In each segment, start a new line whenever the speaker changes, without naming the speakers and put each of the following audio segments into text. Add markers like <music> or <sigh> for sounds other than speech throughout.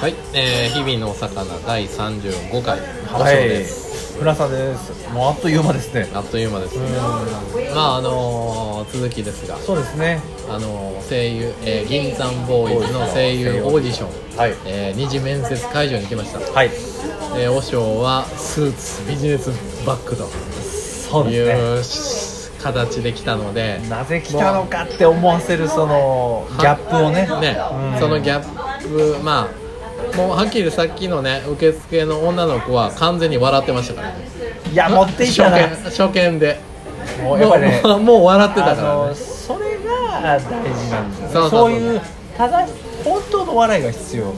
はい、えー、日々のお魚第35回発
は
祥
い
です、
村さんですもうあっという間ですね
あっという間ですねまああのー続きですが
そうですね
あのー声優、えー銀山ボーイズの声優オーディション、
はい
えー二次面接会場に来ました、
はい
えー、和尚はスーツビジネスバッグ
そ
と
うですね
いうし形で来たので
なぜ来たのかって思わせるそのギャップをね
ね、
うん
そのギャップまあもうはっきりさっきのね受付の女の子は完全に笑ってましたからね
いや持っていったら
初見初見で
も
も
う
う
やっぱりね
もう <laughs> もう笑って
あ
たから
の
ね
それが大事なんです
そ
よ
うそうそう
ねそういう正し本当の笑いが必要
うん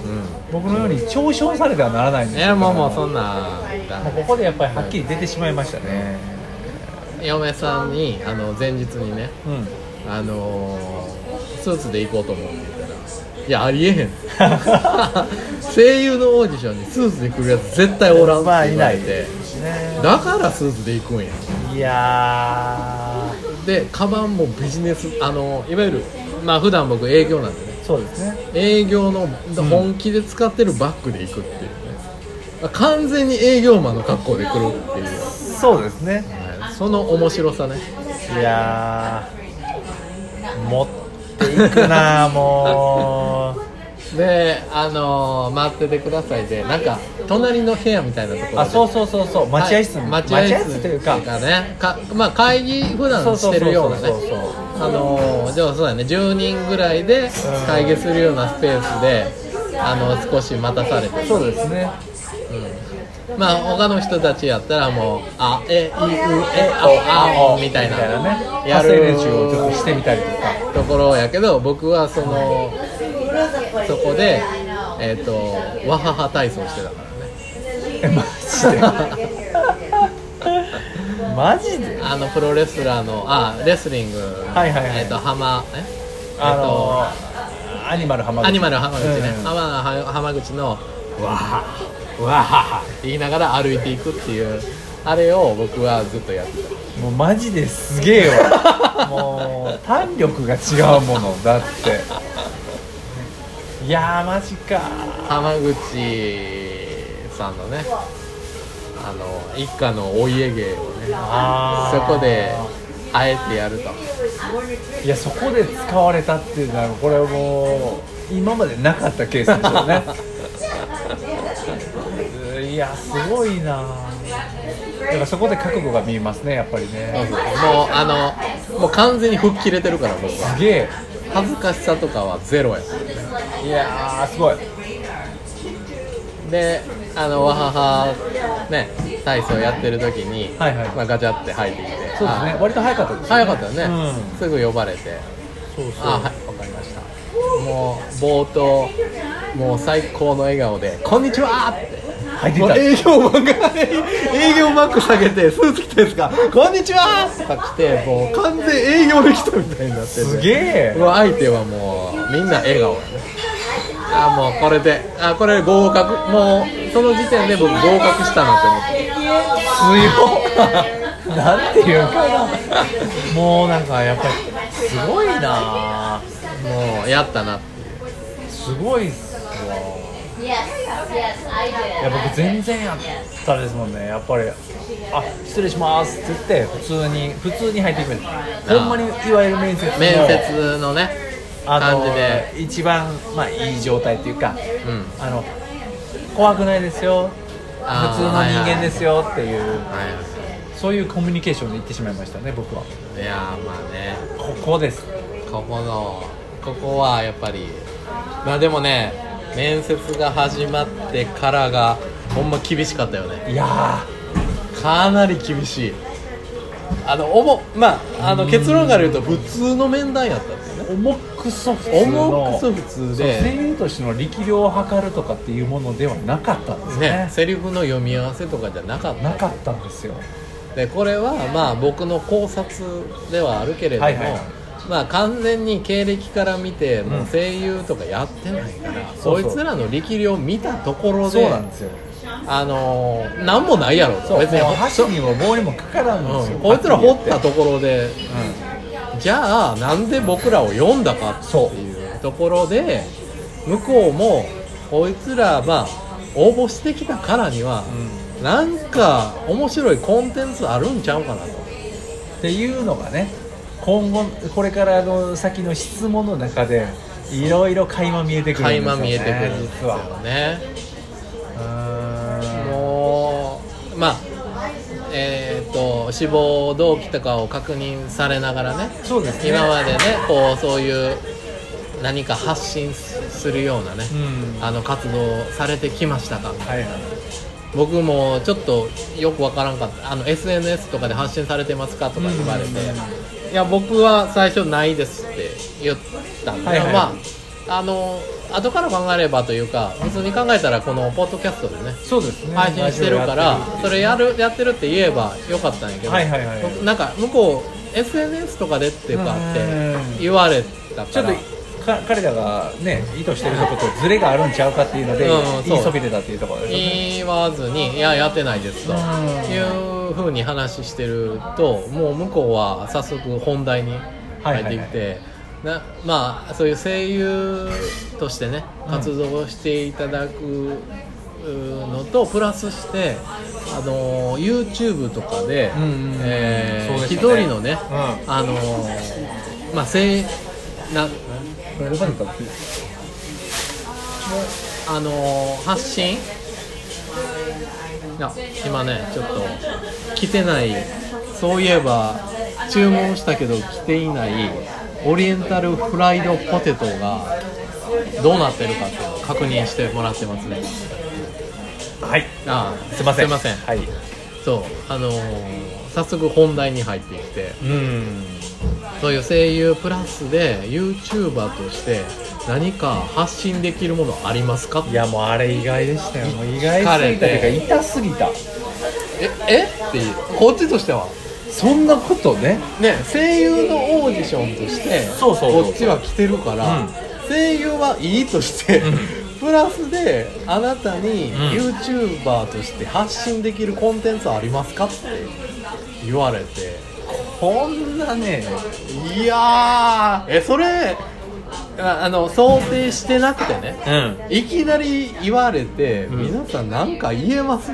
僕のように嘲笑されてはならないんです
え
よ
もうもうそんなだ
もうここでやっぱりはっきり出てしまいましたね
嫁さんにあの前日にね
うん
あのースーツで行こうと思うって言ったら「いやあり <laughs> えへん」声優のオーディションにスーツで来るやつ絶対おらんって
まあい
言わ
な
れ
い
て
で、すね
だからスーツで行くんや
いや
でカバンもビジネスあのいわゆるまあ普段僕営業なんでね
ーそうですね
営業の本気で使ってるバッグで行くっていうね、完全に営業マンの格好で来るっていう、
そうですね
はいその面白さね
いやー持ってい
<laughs>
くなあも
であのー待っててくださいでなんか隣の部屋みたいなところ
う
で
あそうそうそうそう待合室、
はい
待
待
合
合
室
室
というか
ねかまあ会議普段してるようなね
そうそうそうそうそ
あ
う
のーじゃあそうだね10人ぐらいで会議するようなスペースであの少し待たされて
そうですね
うんまあ他の人たちやったらもう「あえいうえあおあお」みたいな
ね
や
や
る
る練習をちょっとしてみたりとか
ところやけど僕はそのそこでえっ、とわはは体操してたからね
えマジで <laughs> マジで
あのプロレスラーのあレスリングの
はいはいはい
えっ、と浜え
あのー、アニマル浜口
アニマル浜口ね、
うん
浜は浜口の
わはわは
言いながら歩いていくっていうあれを僕はずっとやってた
もうマジですげえ
<laughs>
わもう弾力が違うものだっていやーマジか
浜口さんのねあの一家のお家芸をね
あ
そ
ー
こであえてやると
いやそこで使われたっていうのはこれはもう今までなかったケースでしょ
<laughs>
うね <laughs> いやすごいなだからそこで覚悟が見えますねやっぱり
そう
ね
そうもうあのもう完全に吹っ切れてるから僕は
すげえ
恥ずかしさとかはゼロや
いやーすごい
であのわははね体操やってる時に、
はいはい
まあ、ガチャって入ってきて
そうですね
あ
割と早かったです
早かったよね、
うん
すぐ呼ばれて
そう
あはいわかりましたもう冒頭もう最高の笑顔で「こんにちは!」って
入って
もう
た
営業マンが営業マック下げてスーツ着てるんですか「こんにちは!」とか来てもう完全営業で来たみたいになってて
すげえ
もう相手はもうみんな笑顔やねあもうこれであこれ合格もうその時点で僕合格したなって思って
強 <laughs> なんていうかなもうなんかやっぱりすごいな
もうやったなって
すごいっすわ
Yes, yes, I did.
いや僕全然やったですもんねやっぱり「あ失礼します」って言って普通に普通に入ってくれるほんまにいわゆる面接の
面接のね
あの
感じで
一番まあいい状態っていうか
うん
あの怖くないですよ普
あー
通の人間ですよっていう
は
そういうコミュニケーションで行ってしまいましたね僕はい
いやーまあね
ここです
ここのここはやっぱりまあでもね面接が始まってからがほんま厳しかったよね
いやー
かなり厳しいあのおもまああの結論から言うと普通の面談やったんですよね
重くそ普通の
重くそ普通
そう声
で
優としての力量を測るとかっていうものではなかったんですね
ね、セリフの読み合わせとかじゃなかった
なかったんですよ
でこれはまあ僕の考察ではあるけれども、
はいはいはい
まあ完全に経歴から見てもううん声優とかやってないから、
そうそう
そいつらの力量見たところ
そう
で
なんですよ
あのー、なんもないやろ
そう
別に、
もう箸にも棒にもかからんです
う
よ、
ん、こいつら掘ったと
と、
ころでじゃあなんで僕らを読んだかっていうところで向こうもこいつらまあ応募してきたからには、なんか面白いコンテンツあるんちゃうかなと
っていうのがね今後これからの先の質問の中でいろいろ垣間見えてくるん
垣
ですよね
間見えてくるんですよ
実は
ね
うーん
もうまあえっと死亡動機とかを確認されながらね
そうですね
今までねこうそういう何か発信するようなね、
うん
あの活動されてきましたか
はいはい
僕もちょっとよくわからんかったあの SNS とかで発信されてますかとか言われて、いや僕は最初ないですって言ったんで、
はいはい
まああの後から考えればというか普通に考えたらこのポッドキャストでね
そうですね
配信してるか
ラ
ら
ジオやってる
それやるやってるって言えばよかったんやけど、
はいはいはい
なんか向こう SNS とかでっていうかって言われた
ち
か
ょっ
ら
とか彼らがね意図してることとズレがあるんちゃうかっていうので、
うん
言いそびれたっていうところですよね
言わずに「いややってないです」と
うん
いうふうに話してるともう向こうは早速本題に入ってきて、なまあそういう声優としてね
うん
活動していただくのとプラスしてあの YouTube とかで
うんうんうん
えー
そうで
一
したね
人のね、
う
あのまあ声な
これどこにかって
あのー発信いや今ねちょっと来てないそういえば注文したけど来ていないオリエンタルフライドポテトがどうなってるかっていうのを確認してもらってますね
はい
ああ
すいません
すいません
はい
そうあのー早速本題に入ってきて
うん
そういう声優プラスで YouTuber として何か発信できるものありますか
いやもうあれ意外でしたよもう意外すぎたというか痛すぎた
ええっていうこっちとしては
そんなことね
ね、声優のオーディションとして
そうそうそう
こっちは来てるから、
うん
声優はいいとして、プラスであなたに
ん
YouTuber として発信できるコンテンツありますかって言われて
こんなね
いやーえそれああの想定してなくてね
うん
いきなり言われて、
ん
皆さん何か言えます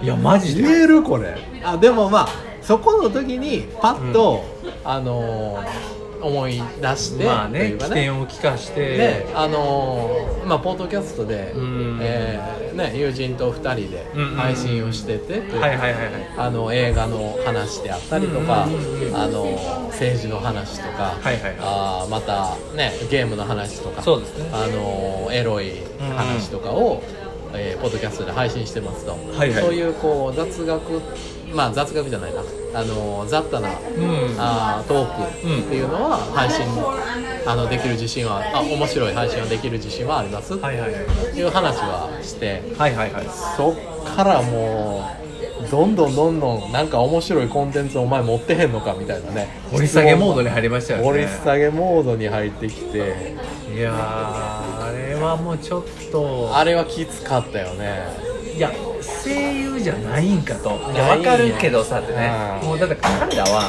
いやマジで
言えるこれあでもまあそこの時にパッと、あのー思い出して
まあ
とい
ね
うか
起点を聞かして、
であのーまあポッドキャストで
うん、
えーね、友人と2人で
うんうんうん
配信をしてて、という
はいはいはいはい
あの映画の話であったりとか、
うんうんうんうん
あのー政治の話とか、
はいはいはい
あーまた、ね、ゲームの話とか
そうですね
あのーエロい話とかを、えーポッドキャストで配信してますと、
はいはい
そういうこう雑学まあ雑学じゃないな、あのー雑多な、
うん
あートー
うん
クっていうのは配信、あのできる自信はあ面白い配信はできる自信はありますって
はいはいはい
いう話はして。
はいはいはい
そっからもうどんどんどんどんなんか面白いコンテンツお前持ってへんのかみたいなね
掘り下げモードに入りましたよね
掘り下げモードに入ってきて
いやーあれはもうちょっと
あれはきつかったよね
いや声優じゃないんかといや
ないん
わ
や
かるけどさってね
うん
もうだって彼らは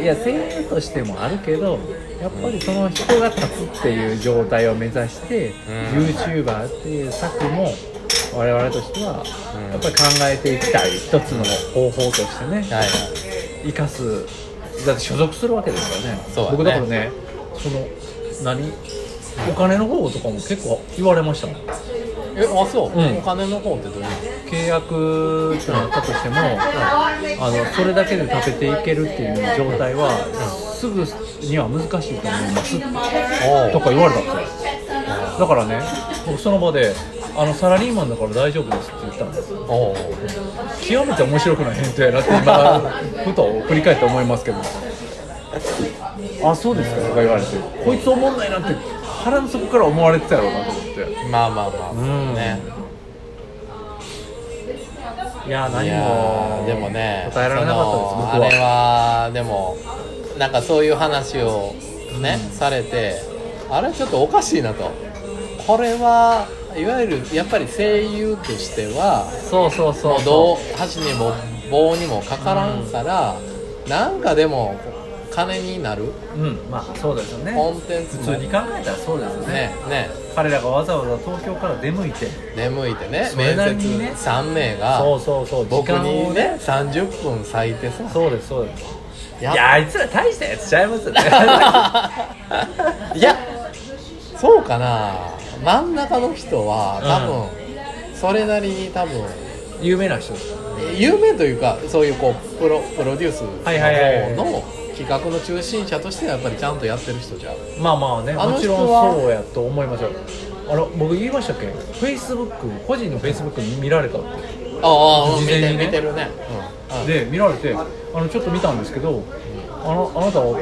いや声優としてもあるけどやっぱりその人が立つっていう状態を目指して、
うん
YouTuber っていう策も我々としては
うん
やっぱり考えていきたい一つの方法としてね、
はい
生かすだって所属するわけですからね
そうだね
僕だからねその何お金の方とかも結構言われましたもん
えあそう、
うん
お金の方ってどういうの
契約ってなったとしても、あのそれだけで食べていけるっていう状態は、すぐには難しいと思いますとか言われたんですよだからね僕その場であのサラリーマンだから大丈夫ですって言ったんですよ
おう
極めて面白くない返答やなって今ふと振り返って思いますけどあそうですかとか言われてこいつおもんないなって腹の底から思われてたやろうなと思って
まあまあまあ、
うん
ね
いや
いやーでもね
答えられなかったです
そ
僕
の
は
あれはでもなんかそういう話をね、されてあれちょっとおかしいなとこれはいわゆるやっぱり声優としては
そうそうそ
もうどう箸にも棒にもかからんから、なんかでも金になる
うんまあそうですよね
コンテンツ
普
も
通に考えたらそうですよね
ねね
彼らがわざわざ東京から出向いて
眠いてね
それ
面
なり
接
にね
3名が
そうそうそう時
僕
間
に
を
ね30分割いてさ
そうですそうです
やっ
いやあいつら大したやつちゃいます
<laughs>
よね
いやそうかな真ん中の人は多分、それなりに多分
有名な人ですよね
有名というかそういうこうプロプロデュースの
はいはいはい
方の企画の中心者としてはやっぱりちゃんとやってる人じゃん
まあまあね
あの
もち
人
ろん
は
そうやと思いますよあら僕言いましたっけフェイスブック個人のフェイスブックに見られたって
ああ、うん見
事
て
前にね
見てるね、うんうん
で見られてあのちょっと見たんですけどあのあなたは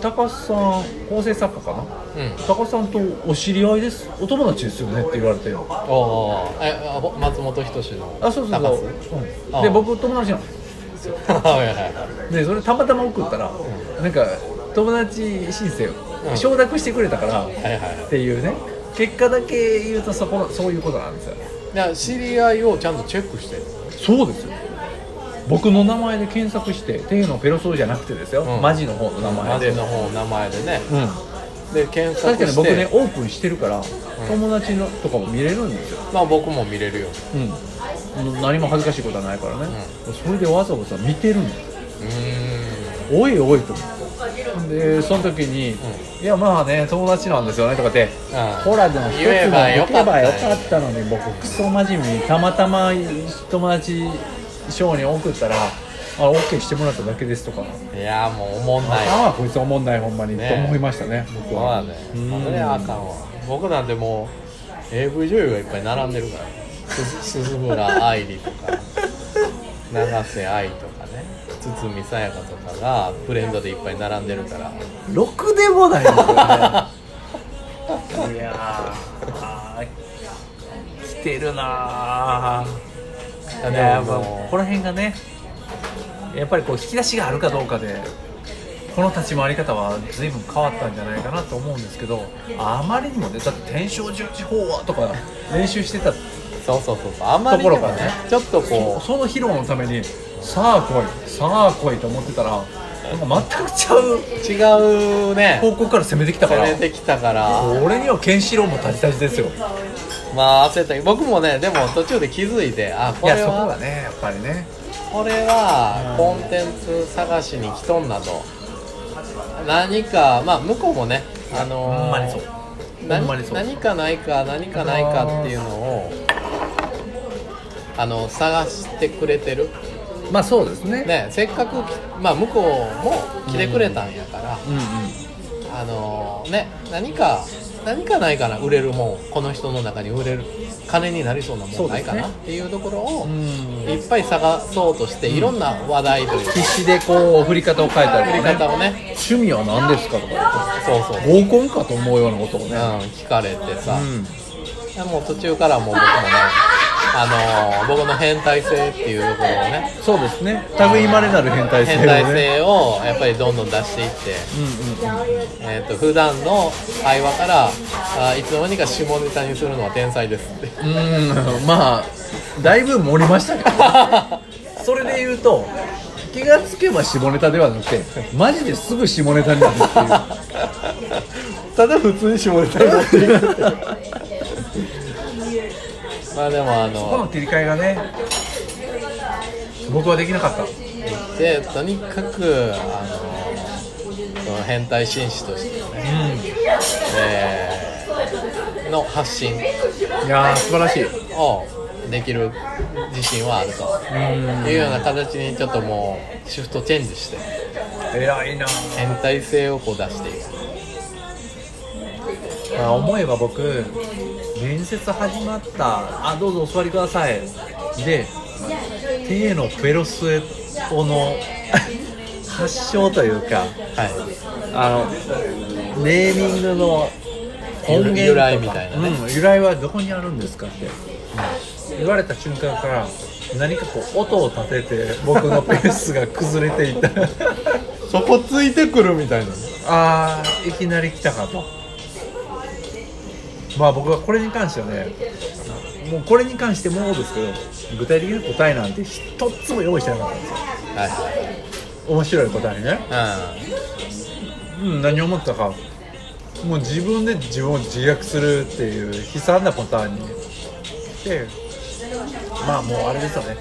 高須さん構成作家かな
うん
高須さんとお知り合いですお友達ですよねって言われてあ
おーえあほ松本人志の
そうそうそう、うん、で
あ
僕友達なの
高須 <laughs> はいはいはい
でそれたまたま送ったら、なんか友達申請
うん
を承諾してくれたから、
はいはい
っていうね結果だけ言うとそこのそういうことなんですよ
だから知り合いをちゃんとチェックしてる
そうですよ僕の名前で検索してっていうのをペロソーじゃなくてですよ、
うん
マジの方の名前
マ
で
ジの方名前でね
うん、
で検索
確か
して
に僕ねオープンしてるから、友達のとかも見れるんですよ、
まあ僕も見れるよ
うん、何も恥ずかしいことはないからね、それでわざわざ見てるんです
うーん
おいおいとでその時に、いやまあね友達なんですよね」とかって
うん
ほらでも一つ
言えばよ
も
か
け
った
ば
よ
よかったのに僕クソ真面目にたまたま友達賞に送ったら「あオッケーしてもらっただけです」とか「
いやもうおもんない
ああこいつおもんないほんまに」
ね
と思いましたね僕
まあ
は
ね
うん
それはあかんわ僕なんてもう AV 女優がいっぱい並んでるからす鈴村愛理と <laughs> か永瀬愛とかね堤さやかとかがフレンドでいっぱい並んでる <laughs> から
ろくでもないですよねいやーあー来てるなー
だ
いややっ
で
ぱ
も
ここ
これ
ら辺がねやっぱりこう引き出しがあるかどうかでこの立ち回り方は随分変わったんじゃないかなと思うんですけどあまりにもねだって天正十字法はとか練習してた
そうそうそうそうあんまりにも
ところがね
ちょっとこ
その披露のためにさあ来いさあ来いと思ってたらなんか全く違う
う違うね
方向から攻めてきたか
攻
ら
めてきたから
俺にはケンシロウもタジタジですよい
まあ焦ったけど僕もねでも途中で気づいてあこ
や
れ
そこ
は
がねやっぱりね
これはコンテンツ探しに来とんなと何かまあ向こうもねあのー
ほんまにそうほ
何
んまにそう
何かないか何かないかっていうのをあの探してくれてる
まあそうですね
ねせっかくきまあ向こうも来てくれたんやから、
うんうん
あのーね何か何かないかな売れるもんこの人の中に売れる金になりそうなもんないかな、
そうです
っていうところを、
うん
いっぱい探そうとしていろんな話題というか
必死でこう振り方を変えたり
振り
とかね
方をね
趣味は何ですかとか言っ
そ
て
うそう、うん、
合コンかと思うようなことをね、
聞かれてさ、
うん
でもう途中からもう僕もねあのー僕の変態性っていうところをね
そうですね類いまれなる変態性を
変
ね
態性をやっぱりどんどん出していって、
うん
えー、と普段の会話からあーいつの間にか下ネタにするのは天才ですって
うんうんまあだいぶ盛りましたけ
<laughs>
どそれで言うと気がつけば下ネタではなくてマジですぐ下ネタになるっていう
<laughs> ただ普通に下ネタになっていくっていうまあでもあ
<laughs> この
の
切り替えがね僕はできなかった
でとにかくあのその変態紳士としてね、えーの発信
いやー素晴らしい
をできる自信はあるというような形にちょっともうシフトチェンジして
偉いな
変態性をこう出していく
あ思えば僕面接始まったあどうぞお座りくださいで手のペロスエットの <laughs> 発祥というか
はい
あのネーミングの根源とか
由来みたいなね
うん由来はどこにあるんですかって、言われた瞬間から何かこう音を立てて僕のペースが崩れていた
そこついてくるみたいな
あーいきなり来たかとまあ僕はこれに関してはねもうこれに関してもですけど具体的な答えなんて一つも用意してなかったんですよ
はい
面白い答えね
はい
うん、何を思ったかもう自分で自分を自虐するっていう悲惨なパターンにでまあもうあれですよね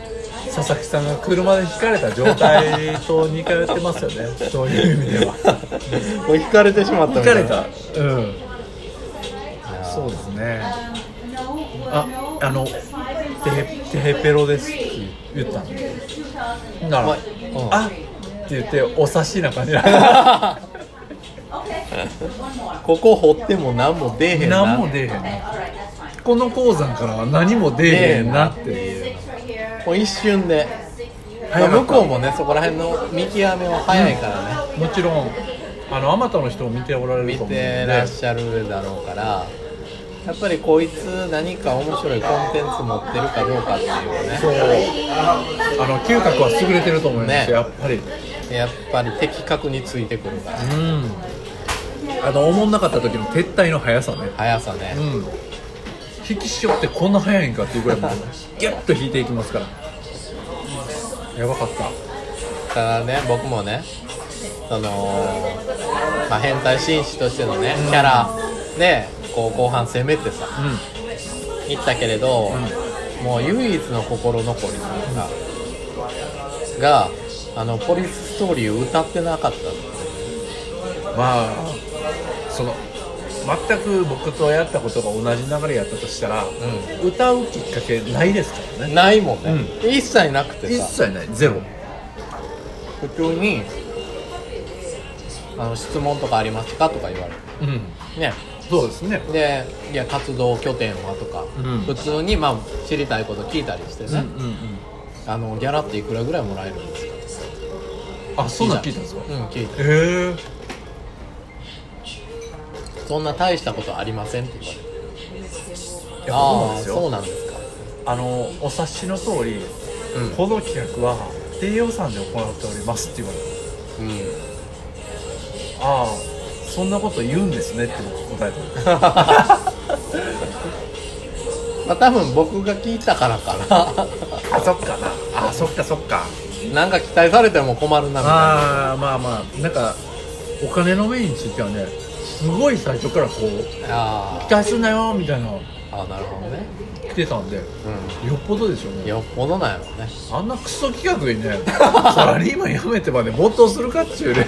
佐々木さんが車でひかれた状態と似通ってますよねそういう意味では
<laughs> もう引かれてしまった
ひ
みた
か
いな
れたうんそうですね <laughs> ああの「テヘテヘペロです」って言ったのなら、
うん
あって言ってお察しな感じな
<laughs> ここ掘っても何も出えへんな
何 <laughs> も出えへんなこの鉱山からは何も出えへんなっていう
もう一瞬で
早かった
向こうもねそこら辺の見極めは早いからね、
もちろんあのあまたの人を見ておられる
見
と思うん
て
で
らっしゃるだろうからやっぱりこいつ何か面白いコンテンツ持ってるかどうかっていうのね
そうあの嗅覚は優れてると思いますよ、
ね
やっぱり
やっぱり的確についてくるから
うんあの思んなかった時の撤退の速さね
速さね、
うん引き潮ってこんな速いんかっていうぐらいもうギュッと引いていきますからやばかった
ただね僕もねその、まあ、変態紳士としてのねキャラでこう後半攻めてさ
うん
行ったけれど、もう唯一の心残りというか、があのポリスストーリーを歌ってなかったの
まあその全く僕とやったことが同じ流れやったとしたら、歌うきっかけないですからね
ないもんね、一切なくて
一
さ
切ないゼロ
普通にあの質問とかありますかとか言われ
うん
てね
そうですね
でいや活動拠点はとか、
うん
普通にまあ知りたいこと聞いたりして
うんう
ね
ん、うん
あのギャラっていくらぐらいもらえるんですか
あそんなん聞いたんですか
うん聞いて
へえ
そんな大したことありませんって言われて
いやそうなん
ああ
です
そう
よ
なんですか
あのお察しの通り、
うん
この企画は低予算で行っておりますって言われて
うん
ああそんなこと言うんですねって僕答え
<laughs>
た
まあ多分僕が聞いたからかな <laughs>
あそっかなあそっかそっか
なんか期待されても困るなみたいな
ああまあまあなんかお金の面についてはねすごい最初からこう
あ
「出すなよ」みたいなの
ああなるほどね
来てたんでよ
う
っぽどでしょうんね
よっぽどなんやろね
あんなクソ企画に <laughs> ねサラリーマン辞めてまで没頭するかっちゅうね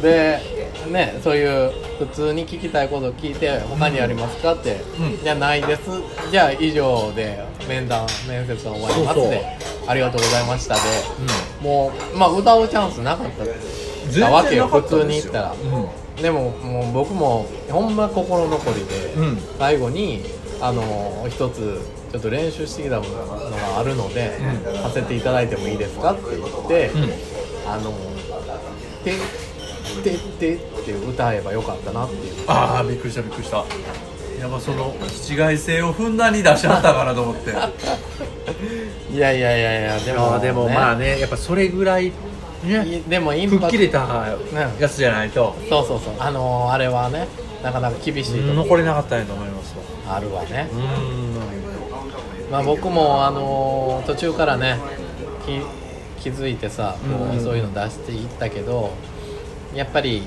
でねそういう普通に聞きたいこと聞いて他にありますかって、
うん
じゃあないですじゃあ以上で面談面接は終わりますで
そう
ありがとうございましたで
う
もうまあ歌うチャンスなかったです
ん
なわけよ
全然なかったんです
普通に言ったら
う
でももう僕もほんま心残りで、
ん、うん、
最後にあの一つちょっと練習してきたのがあるので、
うん
させていただいてもいいですかって言って、
うん
あの「ててて」って歌えばよかったなっていう <laughs>
ああびっくりしたびっくりしたやっぱその気違い性をふんだんに出しはったからと思って
いやいやいやいやでも、
あ
ね、
でもまあねやっぱそれぐらいね
いでもイン
吹
パ
っ
ク
切
ト
れたやつじゃないと
そうそうそうあのあれはねなかなか厳しいと
残れなかったんやと思いますわ
あるわね、
うん
まあ、僕も、あの途中からねき気づいてさこう、
うん
そういうの出していったけどやっぱり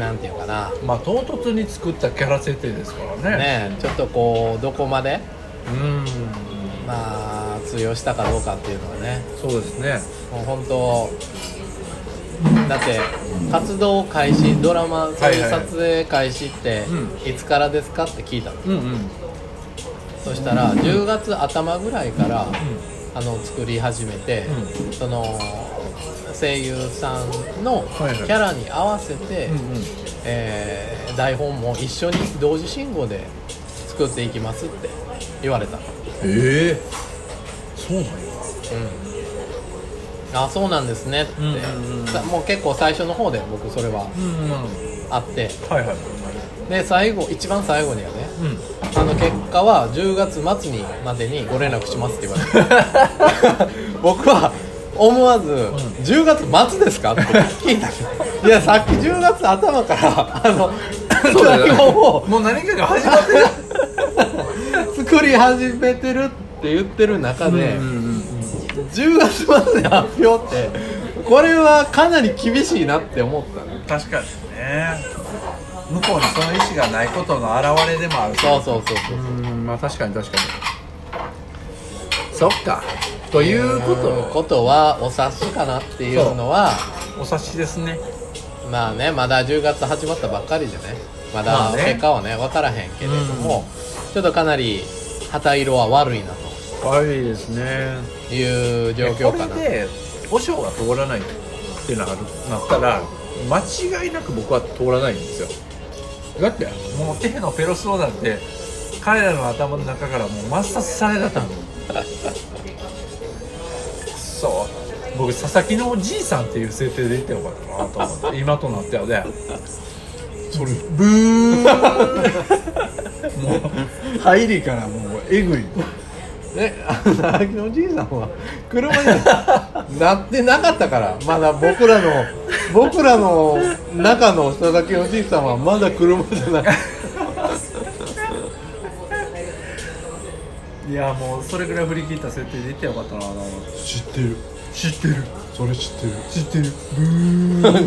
なんていうかな
まあ唐突に作ったキャラ設定ですからね
ねちょっとこうどこまで、
うん
まあ、通用したかどうかっていうのはね
そうですね
もう本当だって活動開始ドラマそう
はい
いう
はいはい
撮影開始って
う
いつからですかって聞いたの、
うんうんうん
そしたら10月頭ぐらいから、あの作り始めて、その声優さんのキ
はいはい
ャラに合わせて、
うんうん
えー台本も一緒に同時進行で作っていきますって言われた、うん、
ええそうなんや
あそうなんですねって、
うんうんうん
さもう結構最初の方で僕それは
うんうん
あって
はいはい
で最後一番最後にはね
うん
あの結果は10月末にまでにご連絡しますって言われて <laughs> 僕は思わず「10月末ですか?」って聞いたけどいやさっき10月頭からあの台本を
<laughs> もう何かが始まってる
<laughs> 作り始めてるって言ってる中で、
うんうんうん
10月末に発表ってこれはかなり厳しいなって思ったね
確かにね向こうにその意思がないことの表れでもあるし
そうそうそうそう
うんまあ確かに確かに
そっか
というこ
ということはお察しかなっていうのは
お察しですね
まあねまだ10月始まったばっかりでねま
ま
だ
あね
結果はね分からへんけれども、ちょっとかなり旗色は悪いな
と悪いですね
という状況かな
これで
和尚が通らないってなるなったら間違いなく僕は通らないんですよだって
もう手のペロスロなんて彼らの頭の中からもう抹殺されたと思う <laughs> そう僕佐々木のおじいさんっていう設定でいってよかったなと思って今となってはねそれブーもう入りからもうえ <laughs> ぐい
ねあの佐々木のおじいさんは車にはなってなかったからまだ僕
<laughs>
らの僕らの中の佐々木のおじいさんはまだ車じ
<laughs>
ゃない
いやもうそれぐらい振り切った設定でいってよかったなと思って
知ってる
知ってる
それ知ってる
知ってる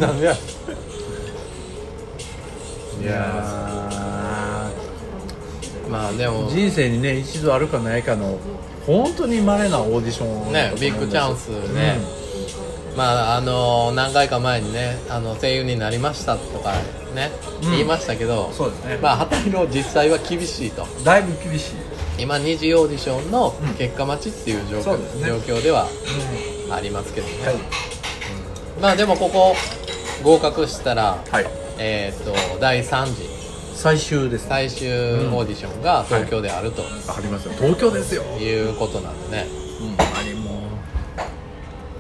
なんでやいやーまあでも
人生にね一度あるかないかの本当に稀なオーディション
ねビッグチャンスね、まああの何回か前にねあの声優になりましたとかね、言いましたけど
そうですね
まあ旗色実際は厳しいと
だいぶ厳しい
今二次オーディションの結果待ちっていう状
そ
況,、
うですね
状況ではありますけどね、
はい
まあでもここ合格したら、
はい
えっ、と第3次
最終ですね
最終オーディションが東京であると
ありますよ東京ですよ
いうことなんでね、
あれも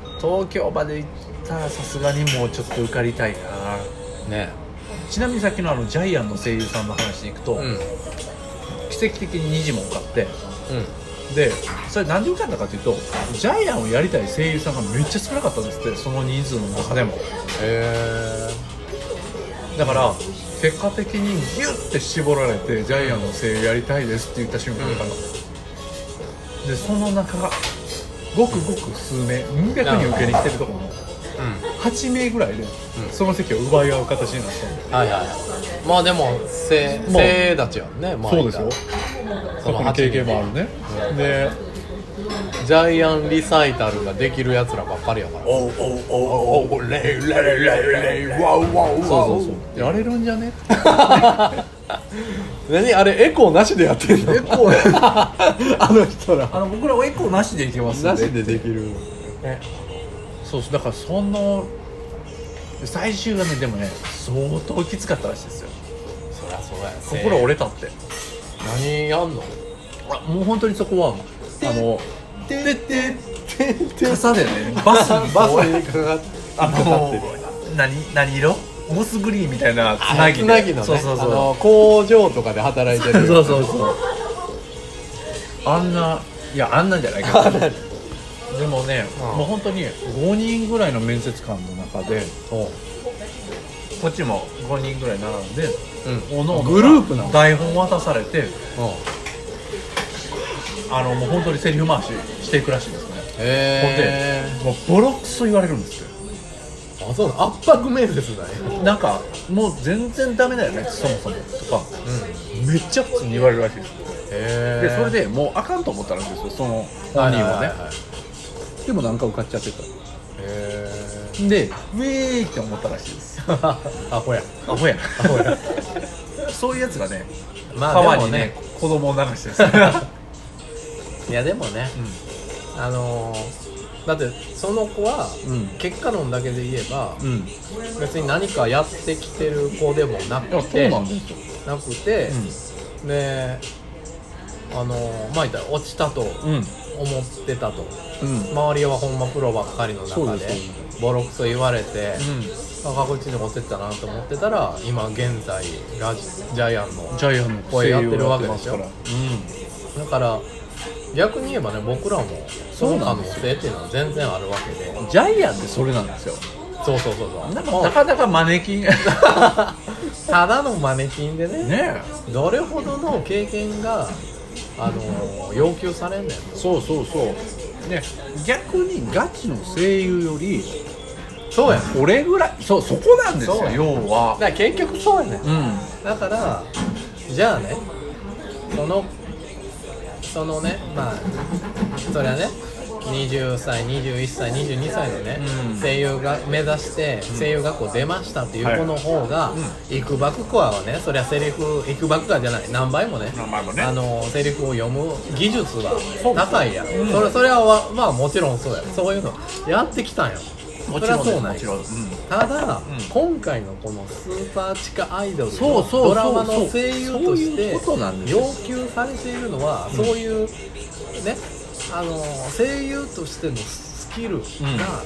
う東京まで行ったらさすがにもうちょっと受かりたいな
ね
ちなみにさっきのあのジャイアンの声優さんの話に行くと、
うんうん
奇跡的に2時も受かってでそれなんで受かったかというとジャイアンをやりたい声優さんがめっちゃ少なかったんですってその人数の中でも
え
だから結果的にギュッて絞られてジャイアンの声優やりたいですって言った瞬間から、でその中がごくごく数名200人受けに来てるところも
ー、
8名ぐらいで、その席を奪い合う形になったんで
うんはいはいはいまあでもせ
まあ
せいだちやんね、まあ、
そうですよ
その
過去の経験もあ
八
るね、で
人ジャイアンリサイタルができるやつらばっかりやから
おうおうおうおうレイレイレイレイワウワウワウ
やれるんじゃね何あれエコーなしでやってん
<laughs>
のエコーあの人ら
あの僕らはエコーなしでいけますん
な
で
しでできる
そうそうだからその最終がねでもね
相当きつかったらしいですよ
そりゃそうやせ
心折れたって
何やんの
あもう本当にそこはあの
てててて
傘でねバス
<laughs>
に
バス
こう
にかかって
あ
かかってる
の何何色モスグリーンみたいなつ
あ
なぎで
つなぎのね
そうそう
あ
そ
の工場とかで働いて
<laughs>
そう
る
そうそうあんないやあんなんじゃないかなでもね、
うん
もう本当に5人ぐらいの面接官の中で
うこっちも5人ぐらい並んで
うん
おの
グループなの
台本渡されて
うん
あのもう本当にセリフ回ししていくらしいですね
へえ
もうボロクソ言われるんですよ
あそうなの圧迫面接だね
なんかもう全然ダメだよねそもそもとか、めっちゃ普通に言われるらしいです
へ
でそれ
で
でもうあかんと思ったらしいですよその
本
本人はね
へ
でもなんか受かっちゃってた
え
でウェーイって思ったらしいです
<laughs> アホや
アホやアホやそういうやつがね
まあ
川
でも
に
ね
ね子供を流してる
いやでもね、あのーだってその子は
うん
結果論だけで言えば、
うん
別に何かやってきてる子でもなく
そう
て
なんですよ
なくて、ねあのーまあ言ったら落ちたと
うんうん
思ってたと、
うん
周りはほんまプロばっかりの
そ
中
う
で
です
ボロクソ言われて、あ確実に落ちてたなと思ってたら今現在ラジジャイアンの
ジャイアンの
声やってるわけでしょ
声をやってます
だから逆に言えばね僕らも
そ
そ
う
の可
なん
能
ですよ
性っていうのは全然あるわけで
からうんジャイアンってそれなんですよ
そうそうそうそう
なんかなかなかマ
<laughs>
ネキンね
<laughs> ただのマネキンでね
え
どれほどの経験があの要求されんねん
そうそうそうね逆にガチの声優より
そうやねん
俺ぐらいそうそこなんですよ
そう
要は
だから結局そうやねん
うん
だからじゃあねそのそのねまあそれはね20歳21歳22歳のね、
うん
声優が目指して声優学校出ましたっていう子の方が、いくばくコアはねそりゃセリフいくばくかじゃない何倍もね
何倍もね
あのセリフを読む技術は高いやんそ,、れそれはわまあもちろんそうやそういうのやってきたんやも
もちろん
そりゃそうなん
も
や
ちろん、うん、
ただ、
ん
今回のこのスーパー地下アイドル
そう
の
そうそ
ド
う
ラマの声優として
そういうことなんです
要
よ
求されているのは、そういうねあの声優としてのスキルが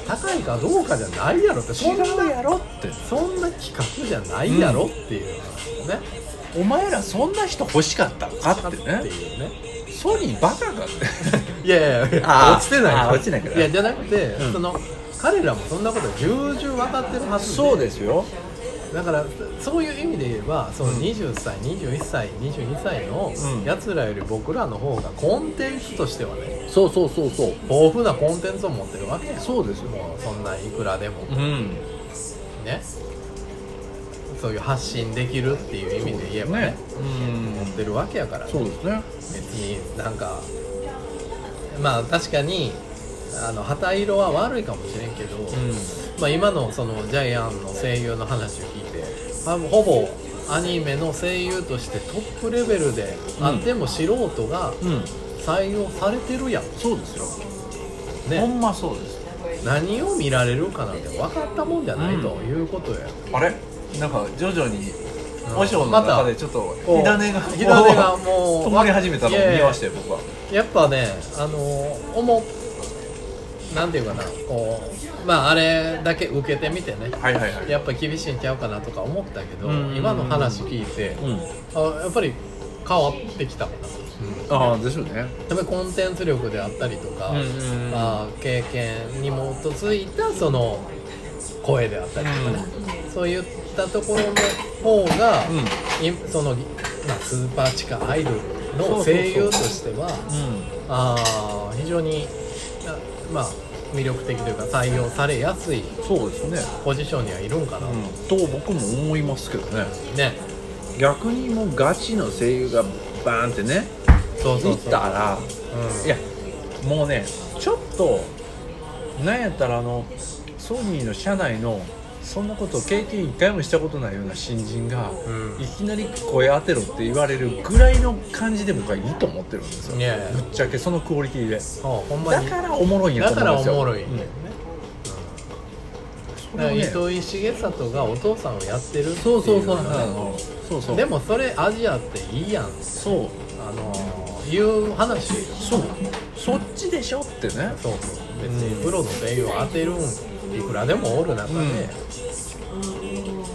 高いかどうかじゃないやろって、そんな
やろって
そんな企画じゃないやろっていうね、
お前らそんな人欲しかったのかって
っ
ね
ていうね
ソニーバカかって
いやいやい
あ
や
ー
落ちてない
あー落ちてないから
いやじゃなくて、
ん
その彼らもそんなこと重々分かってるはず
そうですよ
だからそういう意味で言えばその20歳、21歳22歳の
うん
やつらより僕らの方がコンテンツとしてはね
そうそうそうそう
豊富なコンテンツを持ってるわけやん
そうですよ
もうそんないくらでも
うん
ねそういう発信できるっていう意味で言えばね
ねうん
持ってるわけやから、ね、
そうですね
別になんかまあ確かにあの旗色は悪いかもしれんけど、まあ、今のそのジャイアンの声優の話を聞いて、まあ、ほぼアニメの声優としてトップレベルであっても素人が
うん
採用されてるやん、
そうですよほ
ね、
んまそうです
何を見られるかなんて分かったもんじゃないということや、
あれなんか徐々に
うん
和尚の中でちょっと
こう
火種が
火種がもう
止まり始めたのを見ましたよ僕は
やっぱねあの思うなんていうかなこうまああれだけ受けてみてね
はいはいはい
やっぱ厳しいんちゃうかなとか思ったけど
うん
今の話聞いて、
うん
あやっぱり変わってきたかな
ああでしょうね
やっぱりコンテンツ力であったりとか、
うんうんうん
まあ、経験に基づいたその声であったりとかね、そういったところの方が、いその、まあ、スーパー地下アイドルの声優としては
う
あー非常にあまあ魅力的というか採用されやすい
んそうですね
ポジションにはいるんかな、
と僕も思いますけどね
ね
逆にもうガチの声優がバーンってね
そうそ
いうっ
そう
たら
うん
いやもうねちょっとなんやったらあのソニーの社内のそんなこと経験一回もしたことないような新人が、
うん
いきなり声当てろって言われるぐらいの感じで僕はいいと思ってるんですよ、
いやいや
ぶっちゃけそのクオリティで
そうほんま
だ
に
からおもろいんや
だ
と
から
思うんで
お
す
も
よ
ろい、
うん
ね
そ
だから
れをね
糸井重里がお父さんをやってるってい
そうそうそう
のがね
そうそう
でもそれアジアっていいやん
そう
あのーいう話
そうそっちでしょって
そう
ね
そう別にプロの声優を当てるんいくらでもおる中で、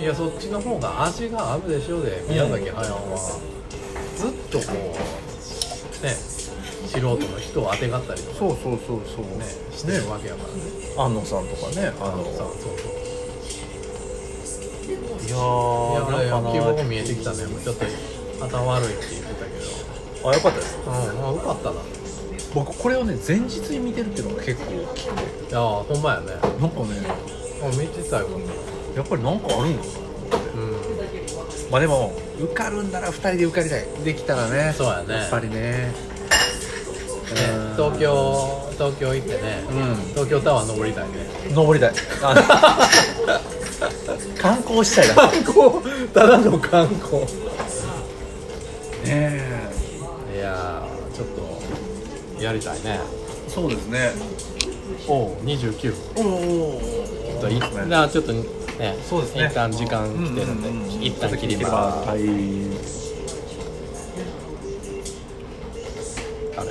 いやそっちの方が味があるでしょうで宮崎駿はずっとこうね素人の人をあてがったりとか
そうそうそうそう
ねしてるわけやからね
安野さんとかねあの
そうそうそうい
いや
や
ー
俺
なんかな
希望が見えてきたねちょっと頭悪いって言ってたけ
あよかったです
どうんまあよかったない
僕これをね前日に見てるっていうのが結構大きくて
やほんまやね
なんかね
あ見てたよこんな
やっぱりなんかあるんかなと思って
うん
まあでも受かるんなら2人で受かりたいできたらね
そうやね
やっぱりねうん
ね東京東京行ってね、
うん
東京タワー登りたいね
登りたい
<laughs>
あの観光したいなね
光ただの観光
え
いやーちょっとやりたいね
そうですね
おお29分
おお
ちょっとい
ね
なちょっとね
そうですね
一旦時間来てるんで、
うんうんうん
一旦切りま
はい
すあれ